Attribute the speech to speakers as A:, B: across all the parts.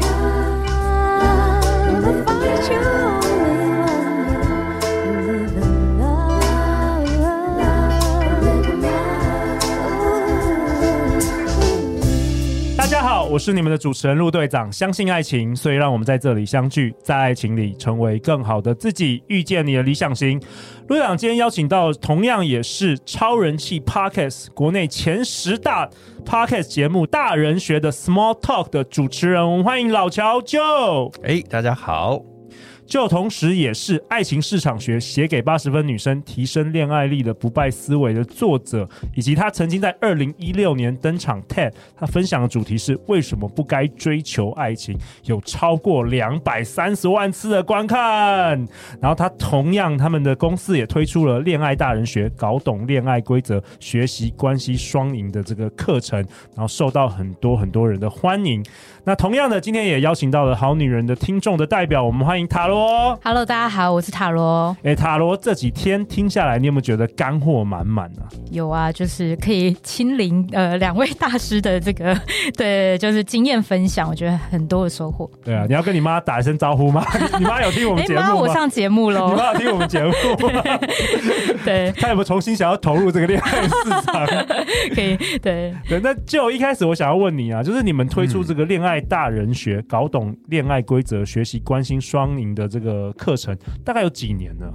A: Love, find your only one. Live in love, live in love.
B: 大家好，我是你们的主持人陆队长。相信爱情，所以让我们在这里相聚，在爱情里成为更好的自己，遇见你的理想型。陆队长今天邀请到，同样也是超人气 Podcast 国内前十大 Podcast 节目《大人学》的 Small Talk 的主持人，我们欢迎老乔 Joe。
C: 哎、大家好，
B: 就同时也是《爱情市场学》写给八十分女生提升恋爱力的不败思维的作者，以及他曾经在二零一六年登场 TED，他分享的主题是为什么不该追求爱情，有超过两百三十万次的观看。然后他同样，他们的公司也推出了《恋爱大人学》，搞懂恋爱规则，学习关系双赢的这个课程，然后受到很多很多人的欢迎。那同样的，今天也邀请到了好女人的听众的代表，我们欢迎塔罗。
D: Hello，大家好，我是塔罗。
B: 诶，塔罗这几天听下来，你有没有觉得干货满满啊？
D: 有啊，就是可以亲临呃两位大师的这个对，就是经验分享，我觉得很多的收获。
B: 对啊，你要跟你妈打一声招呼吗？ 你妈有听我们
D: 诶
B: 节目
D: 妈，
B: 吗？
D: 我上节目
B: 你
D: 喽。
B: 妈有听我们节目 吗？
D: 对，
B: 她有没有重新想要投入这个恋爱市场？
D: 可以对。
B: 对，那就一开始我想要问你啊，就是你们推出这个恋爱大人学，搞懂恋爱规则，学习关心双赢的这个课程，大概有几年了？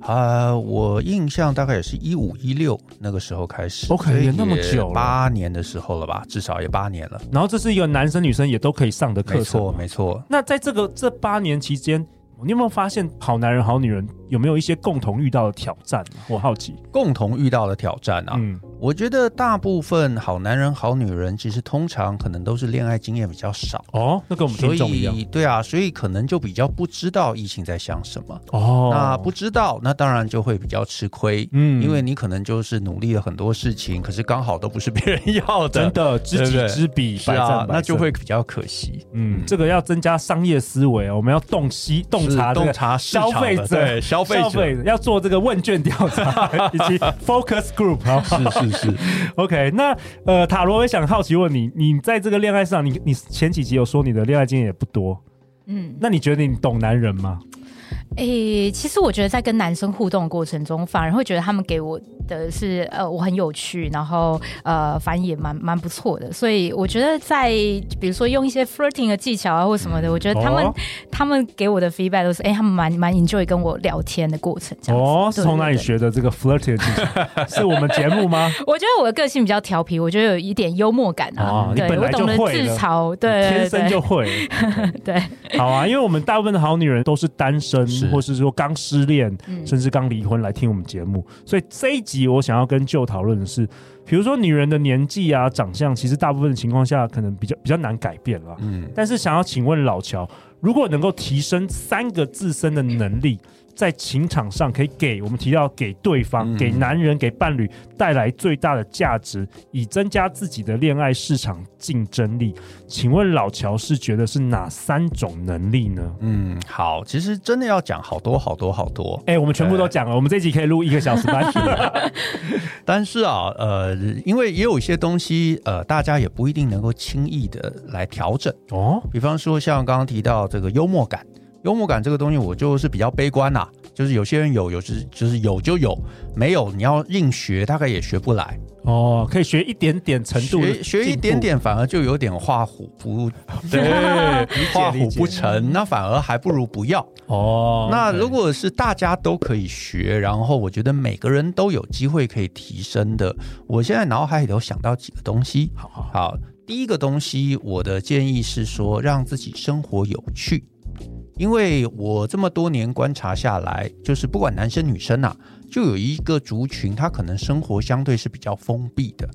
C: 啊、我印象大概也是一五一六那个时候开始
B: OK，也那么久了
C: 八年的时候了吧，至少也八年了。
B: 然后这是一个男生女生也都可以上的
C: 没
B: 课程
C: 错，
B: 吗。
C: 没错。
B: 那在这个这八年期间，你有没有发现好男人、好女人有没有一些共同遇到的挑战？我好奇。
C: 共同遇到的挑战啊，
B: 嗯，
C: 我觉得大部分好男人、好女人其实通常可能都是恋爱经验比较少，
B: 哦，那跟我们
C: 所
B: 听众一样
C: 以对啊，所以可能就比较不知道异性在想什么。
B: 哦。
C: 那不，知道，那当然就会比较吃亏，
B: 嗯
C: 因为你可能就是努力了很多事情，可是刚好都不是别人要的，
B: 真的知
C: 对不
B: 己
C: 对
B: 知彼，
C: 是
B: 百战百
C: 啊
B: 胜，
C: 那就会比较可惜。
B: 嗯，这个要增加商业思维哦，我们要洞悉、洞察、
C: 是洞察市
B: 消
C: 场
B: 费
C: 的
B: 者、
C: 对消费者
B: 消者要做这个问卷调 查以及 focus group 好不好
C: 是是 是，
B: OK，那呃，塔罗，我也想好奇问你，你在这个恋爱市场，你你前几集有说你的恋爱经验也不多，
D: 嗯，
B: 那你觉得你懂男人吗？
D: 诶、哎其实我觉得在跟男生互动的过程中，反而会觉得他们给我的是呃，我很有趣，然后呃，反应也蛮蛮不错的。所以我觉得在比如说用一些 flirting 的技巧啊或什么的，我觉得他们、
B: 哦
D: 他们给我的 feedback 都是，哎诶、他们蛮蛮 enjoy 跟我聊天的过程。这样子
B: 哦，
D: 对
B: 是从哪里
D: 对对
B: 学的这个 flirting 的技 巧？是我们节目吗？
D: 我觉得我的个性比较调皮，我觉得有一点幽默感啊，
B: 哦你
D: 对
B: 本来
D: 我懂得
B: 就会
D: 自
B: 了
D: 嘲，对，
B: 天生就
D: 对
B: 会。
D: 对，
B: 好啊，因为我们大部分的好女人都是单身，
C: 是
B: 或是说刚失恋，
D: 嗯
B: 甚至刚离婚来听我们节目。所以这一集我想要跟舅讨论的是，比如说女人的年纪啊、长相，其实大部分情况下可能比较比较难改变啦。
C: 嗯，
B: 但是想要请问老乔，如果能够提升三个自身的能力，在情场上可以给我们提到给对方、
C: 嗯
B: 给男人、给伴侣带来最大的价值，以增加自己的恋爱市场竞争力，请问老乔是觉得是哪三种能力呢？
C: 嗯，好，其实真的要讲好多好多好多，
B: 哎、我们全部都讲了，我们这集可以录一个小时半。
C: 哎但是啊，呃，因为也有一些东西，呃，大家也不一定能够轻易的来调整。
B: 哦，
C: 比方说，像刚刚提到这个幽默感，幽默感这个东西，我就是比较悲观啦、就是有些人有，有就是就是有就有，没有你要硬学，大概也学不来。
B: 哦，可以学一点点程度的
C: 学学一
B: 进步
C: 点。点，反而就有点画虎不对， 画
B: 理
C: 虎
B: 解
C: 不成，那反而还不如不要。
B: 哦，
C: 那
B: OK
C: 如果是大家都可以学，然后我觉得每个人都有机会可以提升的。我现在脑海里头想到几个东西，
B: 好好好
C: 好，第一个东西，我的建议是说，让自己生活有趣。因为我这么多年观察下来，就是不管男生女生啊，就有一个族群，他可能生活相对是比较封闭的，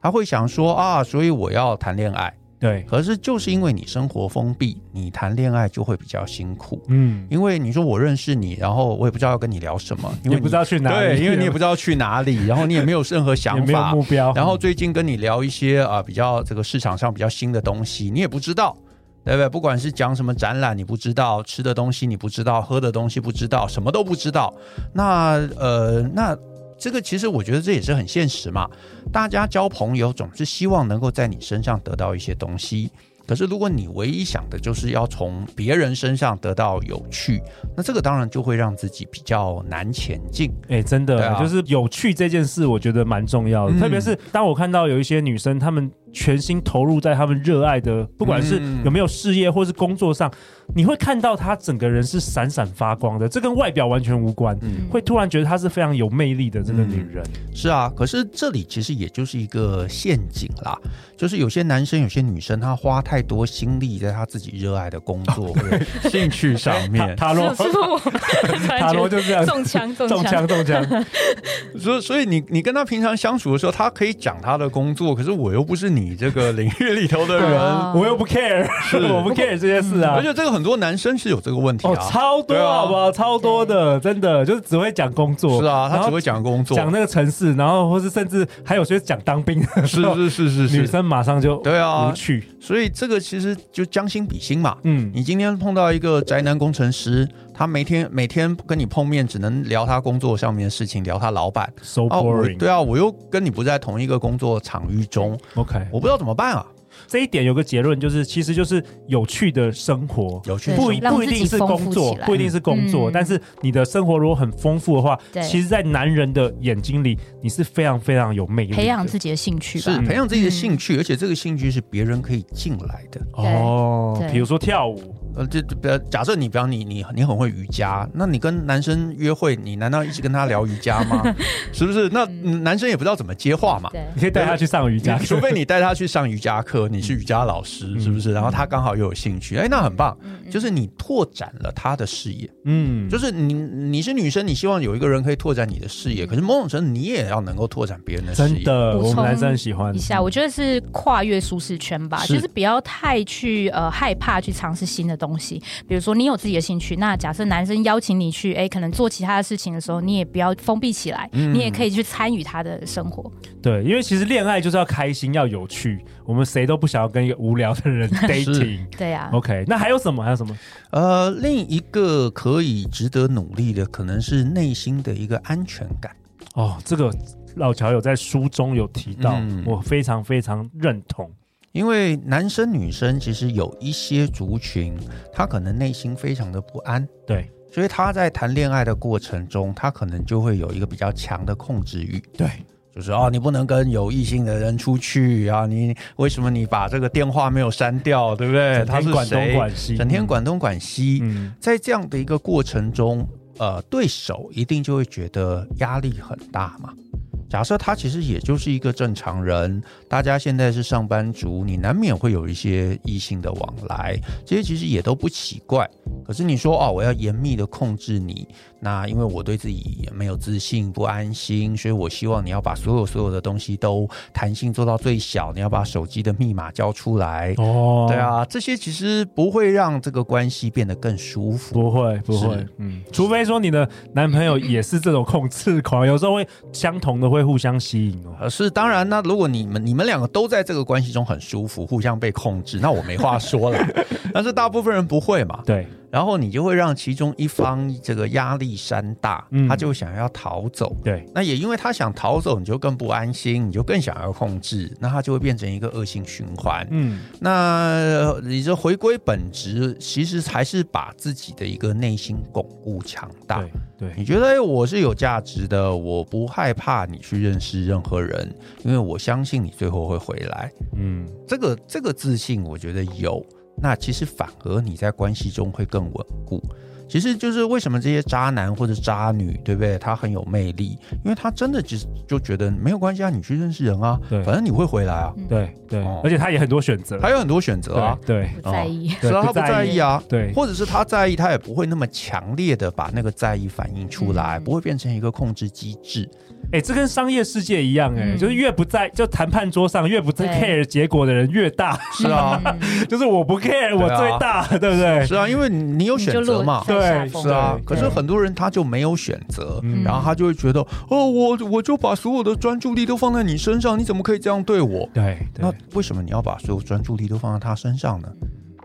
C: 他会想说啊，所以我要谈恋爱。
B: 对，
C: 可是就是因为你生活封闭，你谈恋爱就会比较辛苦。
B: 嗯，
C: 因为你说我认识你，然后我也不知道要跟你聊什么，因为
B: 也不知道去哪里
C: 对，因为你也不知道去哪里，然后你也没有任何
B: 也
C: 想
B: 没有
C: 法
B: 目，标，
C: 然后嗯最近跟你聊一些啊、比较这个市场上比较新的东西，你也不知道，对不对？不管是讲什么展览，你不知道；吃的东西你不知道；喝的东西不知道，什么都不知道。那呃，那这个其实我觉得这也是很现实嘛。大家交朋友总是希望能够在你身上得到一些东西，可是如果你唯一想的就是要从别人身上得到有趣，那这个当然就会让自己比较难前进。
B: 哎、真
C: 对
B: 的、
C: 啊
B: 就是有趣这件事，我觉得蛮重要的。
C: 嗯
B: 特别是当我看到有一些女生，她们全心投入在她们热爱的，不管是
C: 嗯
B: 有没有事业或是工作上，你会看到她整个人是闪闪发光的，这跟外表完全无关。
C: 嗯
B: 会突然觉得她是非常有魅力的这个女人，
C: 是啊，可是这里其实也就是一个陷阱啦，就是有些男生、有些女生，他花太多心力在他自己热爱的工 作、或者兴趣上面，
B: 塔罗
D: 是不是我突然
B: 塔
D: 觉
B: 罗
D: 得
B: 就这样，
D: 中枪中
B: 中
D: 枪
B: 枪中枪，
C: 所以，所以你你跟他平常相处的时候，他可以讲他的工作，可是我又不是你这个领域里头的人，
D: 啊
B: 我又不 care，我 不 care 这些事啊
C: 而。且这个很多男生是有这个问题
B: 哦，
C: 啊，
B: 超多
C: 嗯对啊
B: 好不好？超多的，真的就是只会讲工作，
C: 是啊，
B: 然
C: 他
B: 后
C: 只会讲工作，
B: 讲那个城市，然后或是甚至还有些讲当兵的时候，
C: 是是是是
B: 女
C: 是，
B: 生马上就
C: 对啊
B: 无趣，
C: 所以这个其实就将心比心嘛。
B: 嗯，
C: 你今天碰到一个宅男工程师，他每天每天跟你碰面，只能聊他工作上面的事情，聊他老板。
B: so
C: 哦，我
B: boring，
C: 对啊，我又跟你不在同一个工作场域中，
B: ，OK，
C: 我不知道怎么办啊。
B: 这一点有个结论就是，其实就是有趣的生活。
C: 有趣
D: 对
B: 不一
D: 让
B: 不一
D: 自己
B: 定是
D: 丰富
B: 工作
D: 起，来
B: 不一定是工作，
D: 嗯
B: 但是你的生活如果很丰富的话，
D: 对
B: 其实，在男人的眼睛里，你是非常非常有魅力的。
D: 培养自己的兴趣吧
C: 是。培养自己的兴趣，而且这个兴趣是别人可以进来的。
B: 哦
D: 对，对
B: 比如说跳舞，
C: 呃，这这，比如假设你，比方你你你很会瑜伽，那你跟男生约会，你难道一直跟他聊瑜伽 吗？是不是？那男生也不知道怎么接话嘛。
D: 对，
B: 你可以带他去上瑜 伽
C: 你除非你带他去上瑜伽课，你是瑜伽老师，是不
B: 嗯
C: 是？然后他刚好又有兴趣，哎，那很棒，就是你拓展了他的视野。
B: 嗯，
C: 就是你你是女生，你希望有一个人可以拓展你的视野，可是某种程度你也要能够拓展别人的视
B: 真
C: 野。
B: 的，
D: 补充
B: 我们男生很喜欢
D: 一。下，我觉得是跨越舒适圈吧，
C: 是
D: 就是不要太去呃害怕去尝试新的东西。比如说你有自己的兴趣，那假设男生邀请你去，哎，可能做其他的事情的时候，你也不要封闭起来，
C: 嗯
D: 你也可以去参与他的生活。
B: 对，因为其实恋爱就是要开心，要有趣。我们谁都不想要跟一个无聊的 人 dating。
D: 对
C: 哦
D: 啊，
B: OK，那还有什么？还有什么？
C: 呃，另一个可以值得努力的，可能是内心的一个安全感。
B: 哦，这个老乔有在书中有提到，
C: 嗯
B: 我非常非常认同。
C: 因为男生女生其实有一些族群，他可能内心非常的不安，
B: 对
C: 所以他在谈恋爱的过程中，他可能就会有一个比较强的控制欲，
B: 对，
C: 就是哦，你不能跟有异性的人出去啊，你为什么你把这个电话没有删掉，对不对？他
B: 整
C: 是
B: 天管东
C: 谁？
B: 管西，
C: 整天管东管西，
B: 嗯，
C: 在这样的一个过程中，呃，对手一定就会觉得压力很大嘛。假设他其实也就是一个正常人，大家现在是上班族，你难免会有一些异性的往来，这些其实也都不奇怪。可是你说哦，我要严密的控制你，那因为我对自己也没有自信、不安心，所以我希望你要把所有所有的东西都弹性做到最小，你要把手机的密码交出来。
B: 嗯哦，
C: 对，啊，这些其实不会让这个关系变得更舒服。
B: 不会不会
C: 是，
B: 嗯，除非说你的男朋友也是这种控制狂，有时候会相同的会互相吸引哦。
C: 呃，是当然，那如果你们你们两个都在这个关系中很舒服，互相被控制，那我没话说了。 但是大部分人不会嘛，
B: 对，
C: 然后你就会让其中一方这个压力山大，
B: 嗯
C: 他就想要逃走。
B: 对，
C: 那也因为他想逃走，你就更不安心，你就更想要控制，那他就会变成一个恶性循环。
B: 嗯，
C: 那呃你这回归本质，其实还是把自己的一个内心巩固强大。
B: 对对，
C: 你觉得哎我是有价值的，我不害怕你去认识任何人，因为我相信你最后会回来。
B: 嗯。
C: 这个这个自信，我觉得有。那其实反而你在关系中会更稳固。其实就是为什么这些渣男或者渣女，对不对？他很有魅力，因为他真的就就觉得没有关系啊，你去认识人啊，
B: 对
C: 反正你会回来啊，
B: 对对
C: 哦，
B: 而且他也很多选择，
C: 还有很多选择啊。
B: 对
D: 不在意。
B: 对
C: 只要他不
B: 不在
C: 在意啊，
B: 对
C: 或者是他在意，他也不会那么强烈的把那个在意反映出来，
D: 嗯
C: 不会变成一个控制机制。
B: 哎、这跟商业世界一样、哎、
D: 嗯
B: 就是越不在，就谈判桌上越不在 care
D: 对
B: 结果的人越大，
C: 是啊，
D: 嗯，
B: 就是我不 care，、
C: 对
B: 我
C: 啊
B: 最大，对不对？
C: 是啊，因为你你有选择嘛
D: 你就，落在下
B: 对
D: 风
C: 是啊。可
D: 对
C: 是很多人他就没有选择，
B: 嗯
C: 然后他就会觉得，哦，我我就把所有的专注力都放在你身上，你怎么可以这样对我？
B: 对
C: 那
B: 对
C: 为什么你要把所有专注力都放在他身上呢？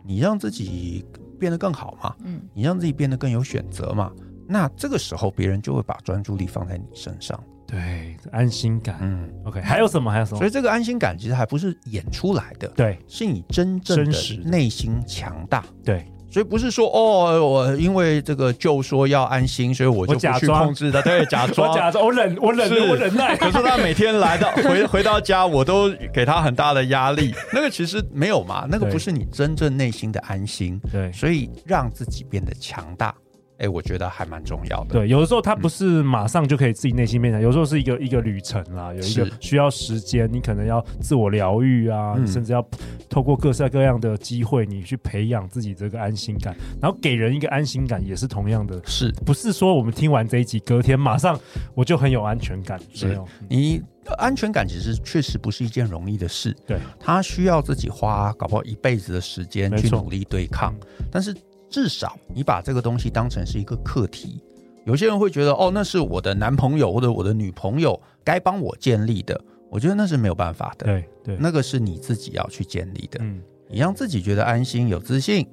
C: 你让自己变得更好嘛，
D: 嗯，
C: 你让自己变得更有选择嘛。那这个时候，别人就会把专注力放在你身上。
B: 对，安心感。
C: 嗯，
B: OK，还有什么？还有什
C: 所
B: 么
C: 以？这个安心感其实还不是演出来的，
B: 对
C: 是你真正
B: 真
C: 的
B: 实的
C: 内心强大。
B: 对，
C: 所以不是说哦，我因为这个就说要安心，所以我就
B: 我假
C: 不去
B: 装
C: 控制它， 对，假装
B: 我。假装我忍，我忍
C: 是，
B: 我忍耐。
C: 可是他每天来到 回回到家，我都给他很大的压力。 那个其实没有嘛，那个
B: 对
C: 不是你真正内心的安心，
B: 对
C: 所以让自己变得强大，哎，我觉得还蛮重要的。
B: 对，有的时候它不是马上就可以自己内心变强，有时候是一个一个旅程啦，有一个
C: 是
B: 需要时间，你可能要自我疗愈啊，
C: 嗯
B: 甚至要透过各式各样的机会，你去培养自己这个安心感，然后给人一个安心感，也是同样的。
C: 是
B: 不是说我们听完这一集，隔天马上我就很有安全感，
C: 是
B: 没有？嗯
C: 你呃安全感其实确实不是一件容易的事，
B: 对，
C: 他需要自己花搞不好一辈子的时间
B: 没
C: 去
B: 错
C: 努力对抗。但是至少你把这个东西当成是一个课题。有些人会觉得，哦，那是我的男朋友或者我的女朋友该帮我建立的，我觉得那是没有办法的，
B: 对对，
C: 那个是你自己要去建立的。
B: 嗯，
C: 你让自己觉得安心、有自信，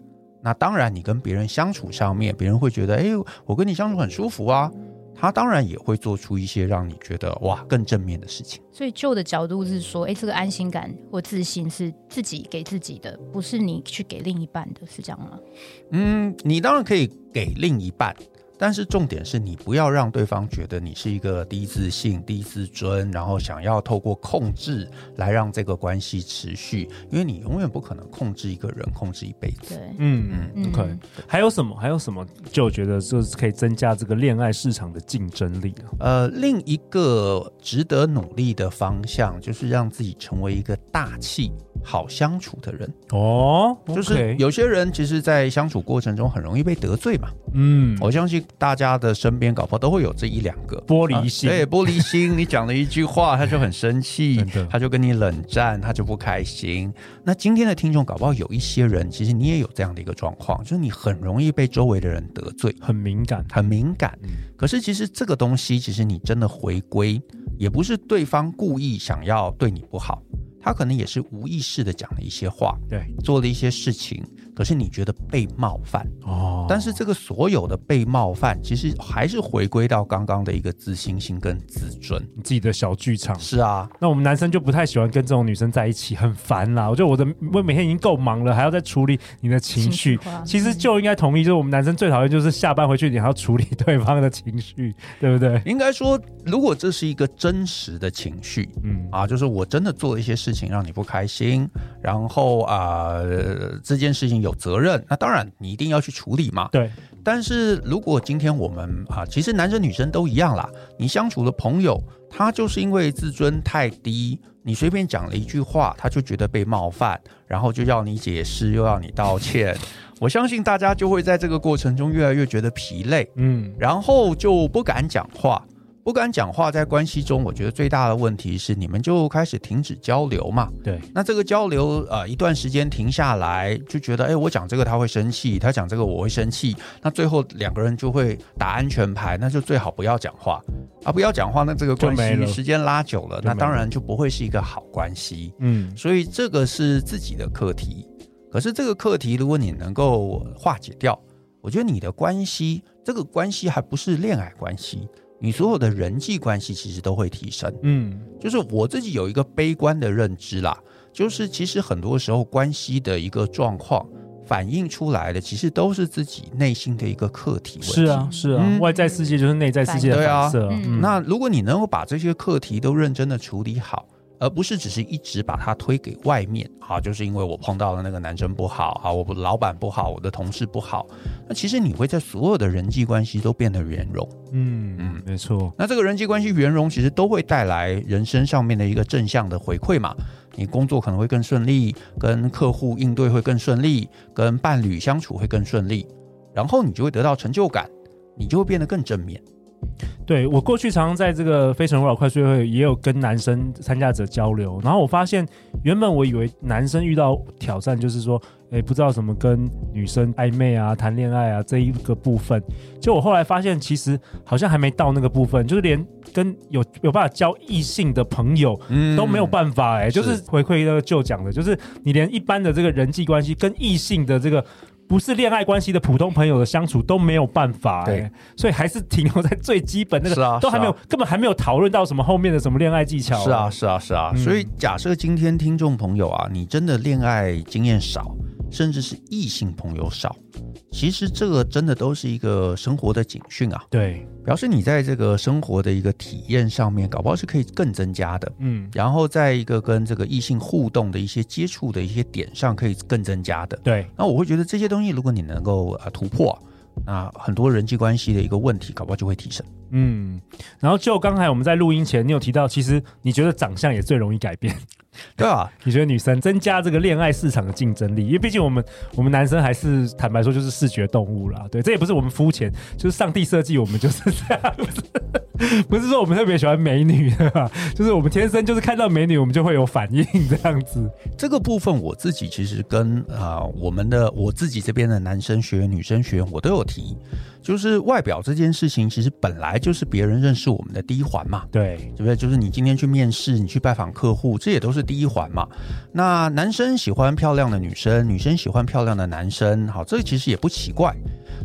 C: 那当然你跟别人相处上面，别人会觉得，哎，我跟你相处很舒服啊。他当然也会做出一些让你觉得哇更正面的事情。
D: 所以旧的角度是说，哎，这个安心感或自信是自己给自己的，不是你去给另一半的，是这样吗？
C: 嗯，你当然可以给另一半，但是重点是你不要让对方觉得你是一个低自信、低自尊，然后想要透过控制来让这个关系持续，因为你永远不可能控制一个人控制一辈子。
D: 对，
B: 嗯
D: 嗯
B: 嗯，OK，还有什么？还有什么？就觉得就是可以增加这个恋爱市场的竞争力啊。
C: 呃，另一个值得努力的方向就是让自己成为一个大气、好相处的人。
B: 哦，
C: 就是有些人其实，在相处过程中很容易被得罪嘛。
B: 嗯，
C: 我相信大家的身边搞不好都会有这一两个
B: 玻璃心
C: 啊对，玻璃 心，你讲了一句话，他就很生气
B: 真的，
C: 他就跟你冷战，他就不开心。那今天的听众搞不好有一些人，其实你也有这样的一个状况，就是你很容易被周围的人得罪，
B: 很敏感。
C: 很敏感。
B: 嗯
C: 可是其实这个东西，其实你真的回归，也不是对方故意想要对你不好，他可能也是无意识的讲了一些话，
B: 对，
C: 做了一些事情，可是你觉得被冒犯。
B: 哦
C: 但是这个所有的被冒犯，其实还是回归到刚刚的一个自信心跟自尊。
B: 你自己的小剧场。
C: 是啊，
B: 那我们男生就不太喜欢跟这种女生在一起，很烦啦。我觉得我的我每天已经够忙了，还要再处理你的情绪
D: 情绪化。
B: 其实就应该同意，就是我们男生最讨厌就是下班回去你还要处理对方的情绪，对不对？
C: 应该说，如果这是一个真实的情绪
B: 嗯，
C: 啊，就是我真的做了一些事情让你不开心，然后啊、呃这件事情有责任，那当然你一定要去处理嘛。
B: 对，
C: 但是如果今天我们啊，其实男生女生都一样啦，你相处的朋友，他就是因为自尊太低，你随便讲了一句话，他就觉得被冒犯，然后就要你解释，又要你道歉。 我相信大家就会在这个过程中越来越觉得疲累，
B: 嗯，
C: 然后就不敢讲话。不敢讲话，在关系中，我觉得最大的问题是，你们就开始停止交流嘛。
B: 对，
C: 那这个交流呃一段时间停下来，就觉得哎、诶我讲这个他会生气，他讲这个我会生气，那最后两个人就会打安全牌，那就最好不要讲话啊，不要讲话，那这个关
B: 就没
C: 系
B: 了
C: 时间拉久了，
B: 就没
C: 那
B: 了
C: 当然就不会是一个好关系。
B: 嗯，
C: 所以这个是自己的课题，可是这个课题如果你能够化解掉，我觉得你的关系，这个关系还不是恋爱关系，你所有的人际关系其实都会提升。
B: 嗯，
C: 就是我自己有一个悲观的认知啦，就是其实很多时候关系的一个状况反映出来的，其实都是自己内心的一个课题问题。
B: 是啊，是啊，
C: 嗯
B: 外在世界就是内在世界的
C: 对啊
B: 反射。
D: 嗯
C: 那如果你能够把这些课题都认真的处理好，而不是只是一直把它推给外面啊，就是因为我碰到了那个男生不好啊，我老板不好，我的同事不好，那其实你会在所有的人际关系都变得圆融。
B: 嗯嗯，没错，
C: 那这个人际关系圆融，其实都会带来人生上面的一个正向的回馈嘛。你工作可能会更顺利，跟客户应对会更顺利，跟伴侣相处会更顺利，然后你就会得到成就感，你就会变得更正面。
B: 对我过去常常在这个《非诚勿扰》快速约会也有跟男生参加者交流，然后我发现原本我以为男生遇到挑战就是说，诶不知道怎么跟女生暧昧啊、谈恋爱啊这一个部分，就我后来发现其实好像还没到那个部分，就是连跟有有办法交异性的朋友
C: 嗯
B: 都没有办法哎、
C: 是
B: 就是回馈那个旧讲的，就是你连一般的这个人际关系跟异性的这个不是恋爱关系的普通朋友的相处都没有办法、
C: 对
B: 哎，所以还是停留在最基本那个，
C: 是啊
B: 都还没有、
C: 是
B: 根本还没有讨论到什么后面的什么恋爱技巧、
C: 是啊，，是啊，是啊。
B: 嗯
C: 所以假设今天听众朋友啊，你真的恋爱经验少，甚至是异性朋友少，其实这个真的都是一个生活的警讯啊，
B: 对，
C: 表示你在这个生活的一个体验上面，搞不好是可以更增加的。
B: 嗯，
C: 然后在一个跟这个异性互动的一些接触的一些点上，可以更增加的。
B: 对，
C: 那我会觉得这些东西，如果你能够呃突破，那很多人际关系的一个问题，搞不好就会提升。
B: 嗯。然后就刚才我们在录音前，你有提到，其实你觉得长相也最容易改变，
C: 对啊，
B: 你觉得女生增加这个恋爱市场的竞争力，因为毕竟我们我们男生还是坦白说就是视觉动物啦，对，这也不是我们肤浅，就是上帝设计我们就是这样子， 不是说我们特别喜欢美女的，就是我们天生就是看到美女我们就会有反应这样子，
C: 这个部分我自己其实跟啊、呃我们的我自己这边的男生学员、女生学员，我都有提，就是外表这件事情，其实本来就是别人认识我们的第一环嘛。
B: 对，
C: 对不对？就是你今天去面试，你去拜访客户，这也都是第一环嘛。那男生喜欢漂亮的女生，女生喜欢漂亮的男生，好，这其实也不奇怪。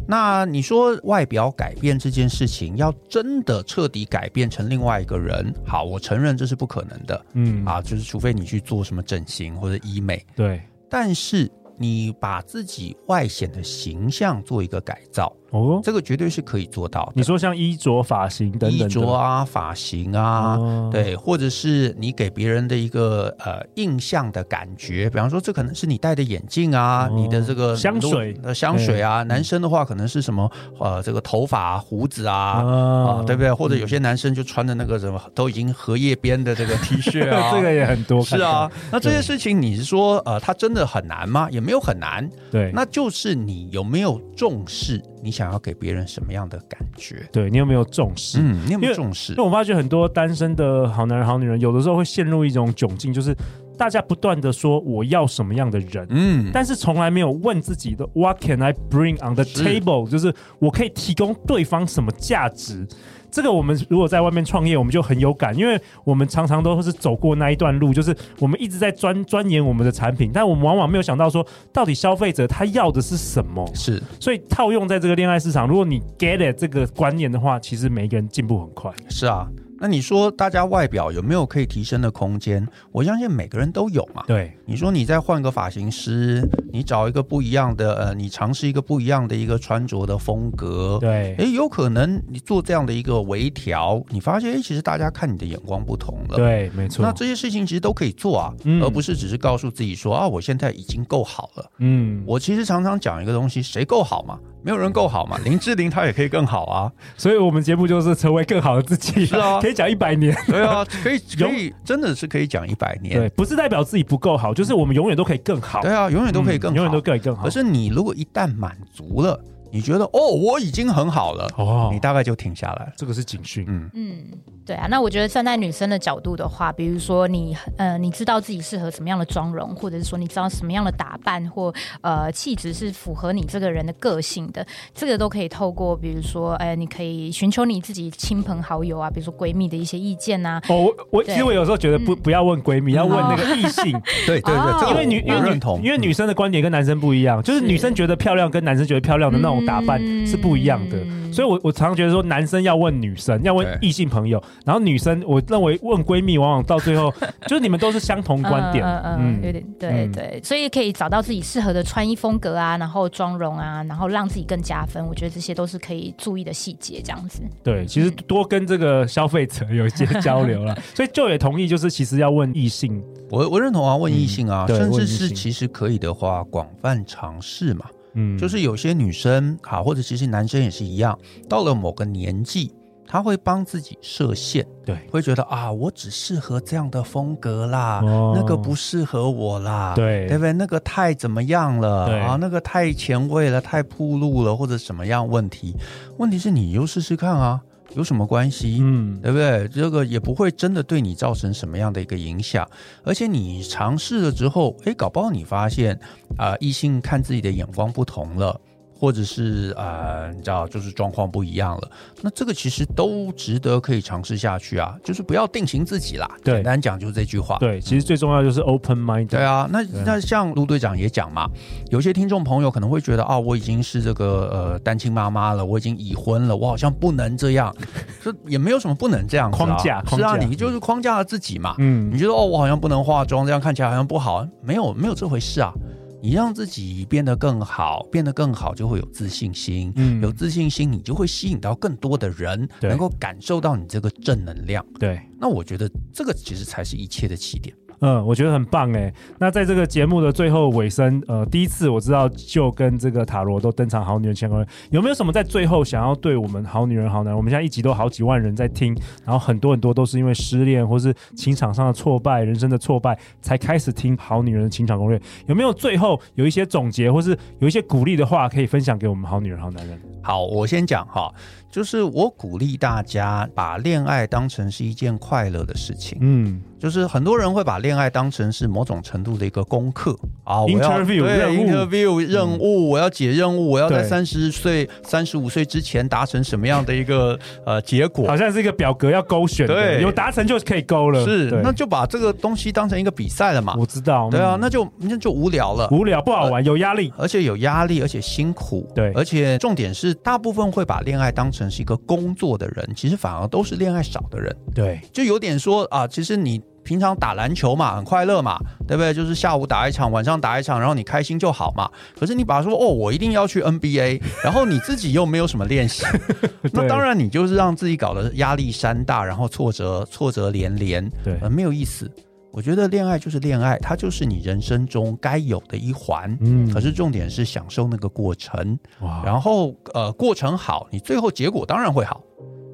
C: 那你说外表改变这件事情，要真的彻底改变成另外一个人，好，我承认这是不可能的
B: 嗯，
C: 啊，就是除非你去做什么整形或者医美，
B: 对，
C: 但是你把自己外显的形象做一个改造，
B: 哦，
C: 这个绝对是可以做到的。
B: 你说像衣着、发型等等
C: 衣
B: 的
C: 着啊、发型啊，
B: 哦
C: 对，或者是你给别人的一个呃印象的感觉，比方说这可能是你戴的眼镜啊，
B: 哦
C: 你的这个
B: 香水哎
C: 呃香水啊，男生的话可能是什么呃这个头发、啊、胡子啊。
B: 哦
C: 啊，对
B: 嗯
C: 不对？或者有些男生就穿的那个什么，都已经荷叶边的 这个 T 恤啊，
B: 这个也很多，
C: 是啊。那这些事情，你是说呃，它真的很难吗？也没有很难，
B: 看看，对，
C: 那就是你有没有重视你想要给别人什么样的感觉？
B: 对你有没有重视？
C: 嗯，你有
B: 因
C: 没有
B: 为
C: 重视
B: 因为？我发觉很多单身的好男人、好女人，有的时候会陷入一种窘境，就是大家不断的说我要什么样的人，
C: 嗯，
B: 但是从来没有问自己的 What can I bring on the
C: 是
B: table？就是我可以提供对方什么价值。这个我们如果在外面创业，我们就很有感，因为我们常常都是走过那一段路，就是我们一直在钻钻研我们的产品，但我们往往没有想到说，到底消费者他要的是什么。
C: 是
B: 所以套用在这个恋爱市场，如果你 get it 这个观念的话，其实每一个人进步很快。
C: 是啊，那你说大家外表有没有可以提升的空间？我相信每个人都有嘛。
B: 对，
C: 你说你再换个发型师，你找一个不一样的，呃，你尝试一个不一样的一个穿着的风格，
B: 对
C: 诶，有可能你做这样的一个微调，你发现，诶，其实大家看你的眼光不同了。。
B: 对，没
C: 呃那
B: 错。
C: 这些事情其实都可以做啊，
B: 嗯
C: 而不是只是告诉自己说啊，我现在已经够好了。
B: 嗯，
C: 我其实常常讲一个东西，谁够好嘛？没有人够好嘛？林志玲她也可以更好啊，
B: 所以我们节目就是成为更好的自己，
C: 是啊
B: 可以讲一百年。
C: 对啊，可以可以，真的是可以讲一百年。
B: 对，不是代表自己不够好，就是我们永远都可以更好，
C: 对啊，永远都可以更
B: 嗯
C: 好。
B: 永远都可以更好。
C: 可是你如果一旦满足了，你觉得哦，我已经很好了，
B: 哦
C: 你，大概就停下来了。
B: 这个是警讯，
C: 嗯，
D: 嗯，对啊，那我觉得站在女生的角度的话，比如说你呃，你知道自己适合什么样的妆容，或者是说你知道什么样的打扮或呃气质是符合你这个人的个性的，这个都可以透过比如说，哎、你可以寻求你自己亲朋好友啊，比如说闺蜜的一些意见啊，
B: 哦，我我其
D: 对
B: 实我有时候觉得不
D: 嗯
B: 不要问闺蜜，要问那个异性，
C: 对对
D: 哦
C: 对，这个
B: 因为女
C: 我
B: 因
C: 我
B: 为
C: 认
B: 女
C: 同，
B: 因为女生的观点跟男生不一样，就是
D: 是
B: 女生觉得漂亮跟男生觉得漂亮的那种打扮
D: 嗯
B: 是不一样的，所以我我常觉得说男生要问女生，要问
C: 对
B: 异性朋友，然后女生我认为问闺蜜，往往到 最后就是你们都是相同观点，
D: 嗯嗯嗯，有点对
B: 嗯
D: 对，所以可以找到自己适合的穿衣风格啊，然后妆容啊，然后让自己更加分，我觉得这些都是可以注意的细节，这样子。
B: 对，
C: 嗯
B: 其实多跟这个消费者有一些交流 了，所以就也同意，就是其实要问异性，
C: 我我认同啊，问异性啊，
B: 嗯对
C: 甚
B: 问
C: 至
B: 异
C: 是
B: 性
C: 其实可以的话，广泛尝试嘛。
B: 嗯，
C: 就是有些女生啊，或者其实男生也是一样，到了某个年纪，他会帮自己设限，
B: 对
C: 会觉得啊，我只适合这样的风格啦，
B: 哦
C: 那个不适合我啦，
B: 对
C: 对不对？那个太怎么样了
B: 对
C: 啊？那个太前卫了，太铺路了，或者什么样问题？问题是你就试试看啊，有什么关系？
B: 嗯，
C: 对不对？这个也不会真的对你造成什么样的一个影响，而且你尝试了之后，诶，搞不好你发现啊、异性看自己的眼光不同了，或者是呃，你知道，就是状况不一样了，那这个其实都值得可以尝试下去啊，就是不要定型自己啦。
B: 对
C: 简单讲就是这句话。
B: 对，其实最重要就是 open mind。
C: 对啊，那
B: 对啊
C: 那像卢队长也讲嘛，有些听众朋友可能会觉得啊，我已经是这个呃单亲妈妈了，我已经已婚了，我好像不能这样，这也没有什么不能这样子啊、
B: 框架
C: 是啊，
B: 框架
C: 你就是框架了自己嘛。
B: 嗯
C: 你觉得哦，我好像不能化妆，这样看起来好像不好，没有没有这回事啊。你让自己变得更好，变得更好就会有自信心，
B: 嗯
C: 有自信心你就会吸引到更多的人，
B: 对
C: 能够感受到你这个正能量。
B: 对，
C: 那我觉得这个其实才是一切的起点。
B: 嗯，我觉得很棒哎。那在这个节目的最后尾声，呃，第一次我知道就跟这个塔罗都登场好女人相关，有没有什么在最后想要对我们好女人好男人？我们现在一集都好几万人在听，然后很多很多都是因为失恋或是情场上的挫败、人生的挫败，才开始听好女人的情场攻略。有没有最后有一些总结，或是有一些鼓励的话，可以分享给我们好女人好男人？
C: 好，我先讲哈，就是我鼓励大家把恋爱当成是一件快乐的事情。
B: 嗯，
C: 就是很多人会把恋爱当成是某种程度的一个功课啊，我要
B: Interview，
C: 对
B: 任务嗯
C: interview 任务，我要解任务，我要在
B: 对
C: 三十岁、三十五岁之前达成什么样的一个呃结果
B: 好。像是一个表格要勾选的，
C: 对
B: 有达成就可以勾了。
C: 是
B: 对，
C: 那就把这个东西当成一个比赛了嘛。
B: 我知道。
C: 对啊，
B: 嗯
C: 那就那就无聊了。
B: 无聊不好玩，有压力。
C: 而且有压力，而且辛苦，
B: 对
C: 而且重点是，大部分会把恋爱当成是一个工作的人，其实反而都是恋爱少的人。
B: 对，
C: 就有点说啊，其实你平常打篮球嘛，很快乐嘛，对不对？就是下午打一场，晚上打一场，然后你开心就好嘛。可是你把它说哦，我一定要去 NBA，然后你自己又没有什么练习， 那当然你就是让自己搞得压力山大，然后挫折挫折连连，
B: 对
C: 呃，没有意思。我觉得恋爱就是恋爱，它就是你人生中该有的一环。
B: 嗯啊
C: 可是重点是享受那个过程，
B: 哇
C: 然后呃，过程好，你最后结果当然会好。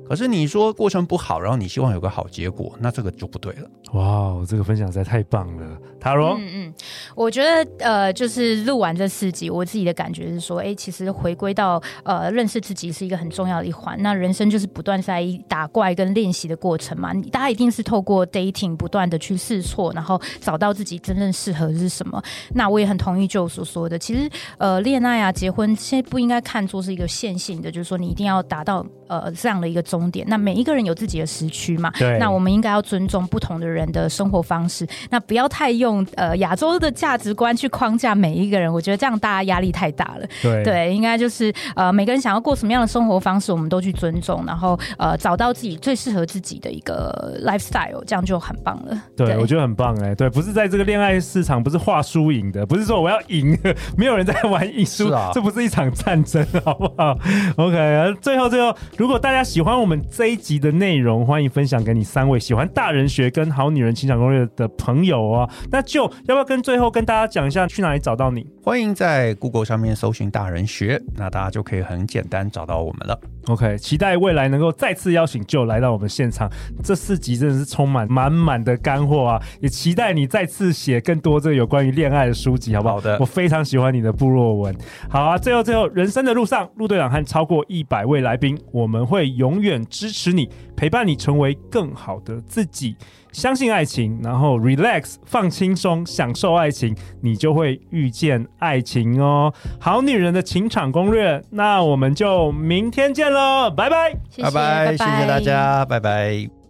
C: 可是你说过程不好，然后你希望有个好结果，那这个就不对了。
B: 哇哦，这个分享实在太棒了，塔罗，
D: 嗯嗯，我觉得呃，就是录完这四集，我自己的感觉是说，哎、其实回归到呃认识自己是一个很重要的一环。那人生就是不断在打怪跟练习的过程嘛，你大家一定是透过 dating 不断的去试错，然后找到自己真正适合的是什么。那我也很同意就所说的，其实呃恋爱啊结婚现在不应该看作是一个线性的，就是说你一定要达到呃这样的一个终点。那每一个人有自己的时区嘛，
B: 对
D: 那我们应该要尊重不同的人的生活方式，那不要太用呃亚洲的价值观去框架每一个人，我觉得这样大家压力太大了。
B: 对
D: 对，应该就是呃每个人想要过什么样的生活方式，我们都去尊重，然后呃找到自己最适合自己的一个 lifestyle，这样就很棒了。
B: 对我觉得很棒哎、对，不是在这个恋爱市场，不是话输赢的，不是说我要赢， 没有人在玩赢输，
C: 是啊
B: 这不是一场战争，好不好？OK，呃最后最后，如果大家喜欢我们这一集的内容，欢迎分享给你三位喜欢大人学跟好女人情场攻略的朋友哦。那就要不要跟最后跟大家讲一下去哪里找到你
C: 欢迎在 Google 上面搜寻“大人学”，那大家就可以很简单找到我们了。
B: ？OK，期待未来能够再次邀请就来到我们现场，这四集真的是充满满满的干货啊！也期待你再次写更多这个有关于恋爱的书籍，好不好？
C: 好的
B: 我非常喜欢你的部落文。好啊，最后最后，人生的路上，陆队长和超过一百位来宾，我们会永远支持你，陪伴你成为更好的自己。相信爱情，然后 relax 放轻松，享受爱情，你就会遇见爱情哦。好女人的情场攻略，那我们就明天见喽，拜拜。
D: 谢谢，
C: 拜拜，谢谢大。家，拜拜。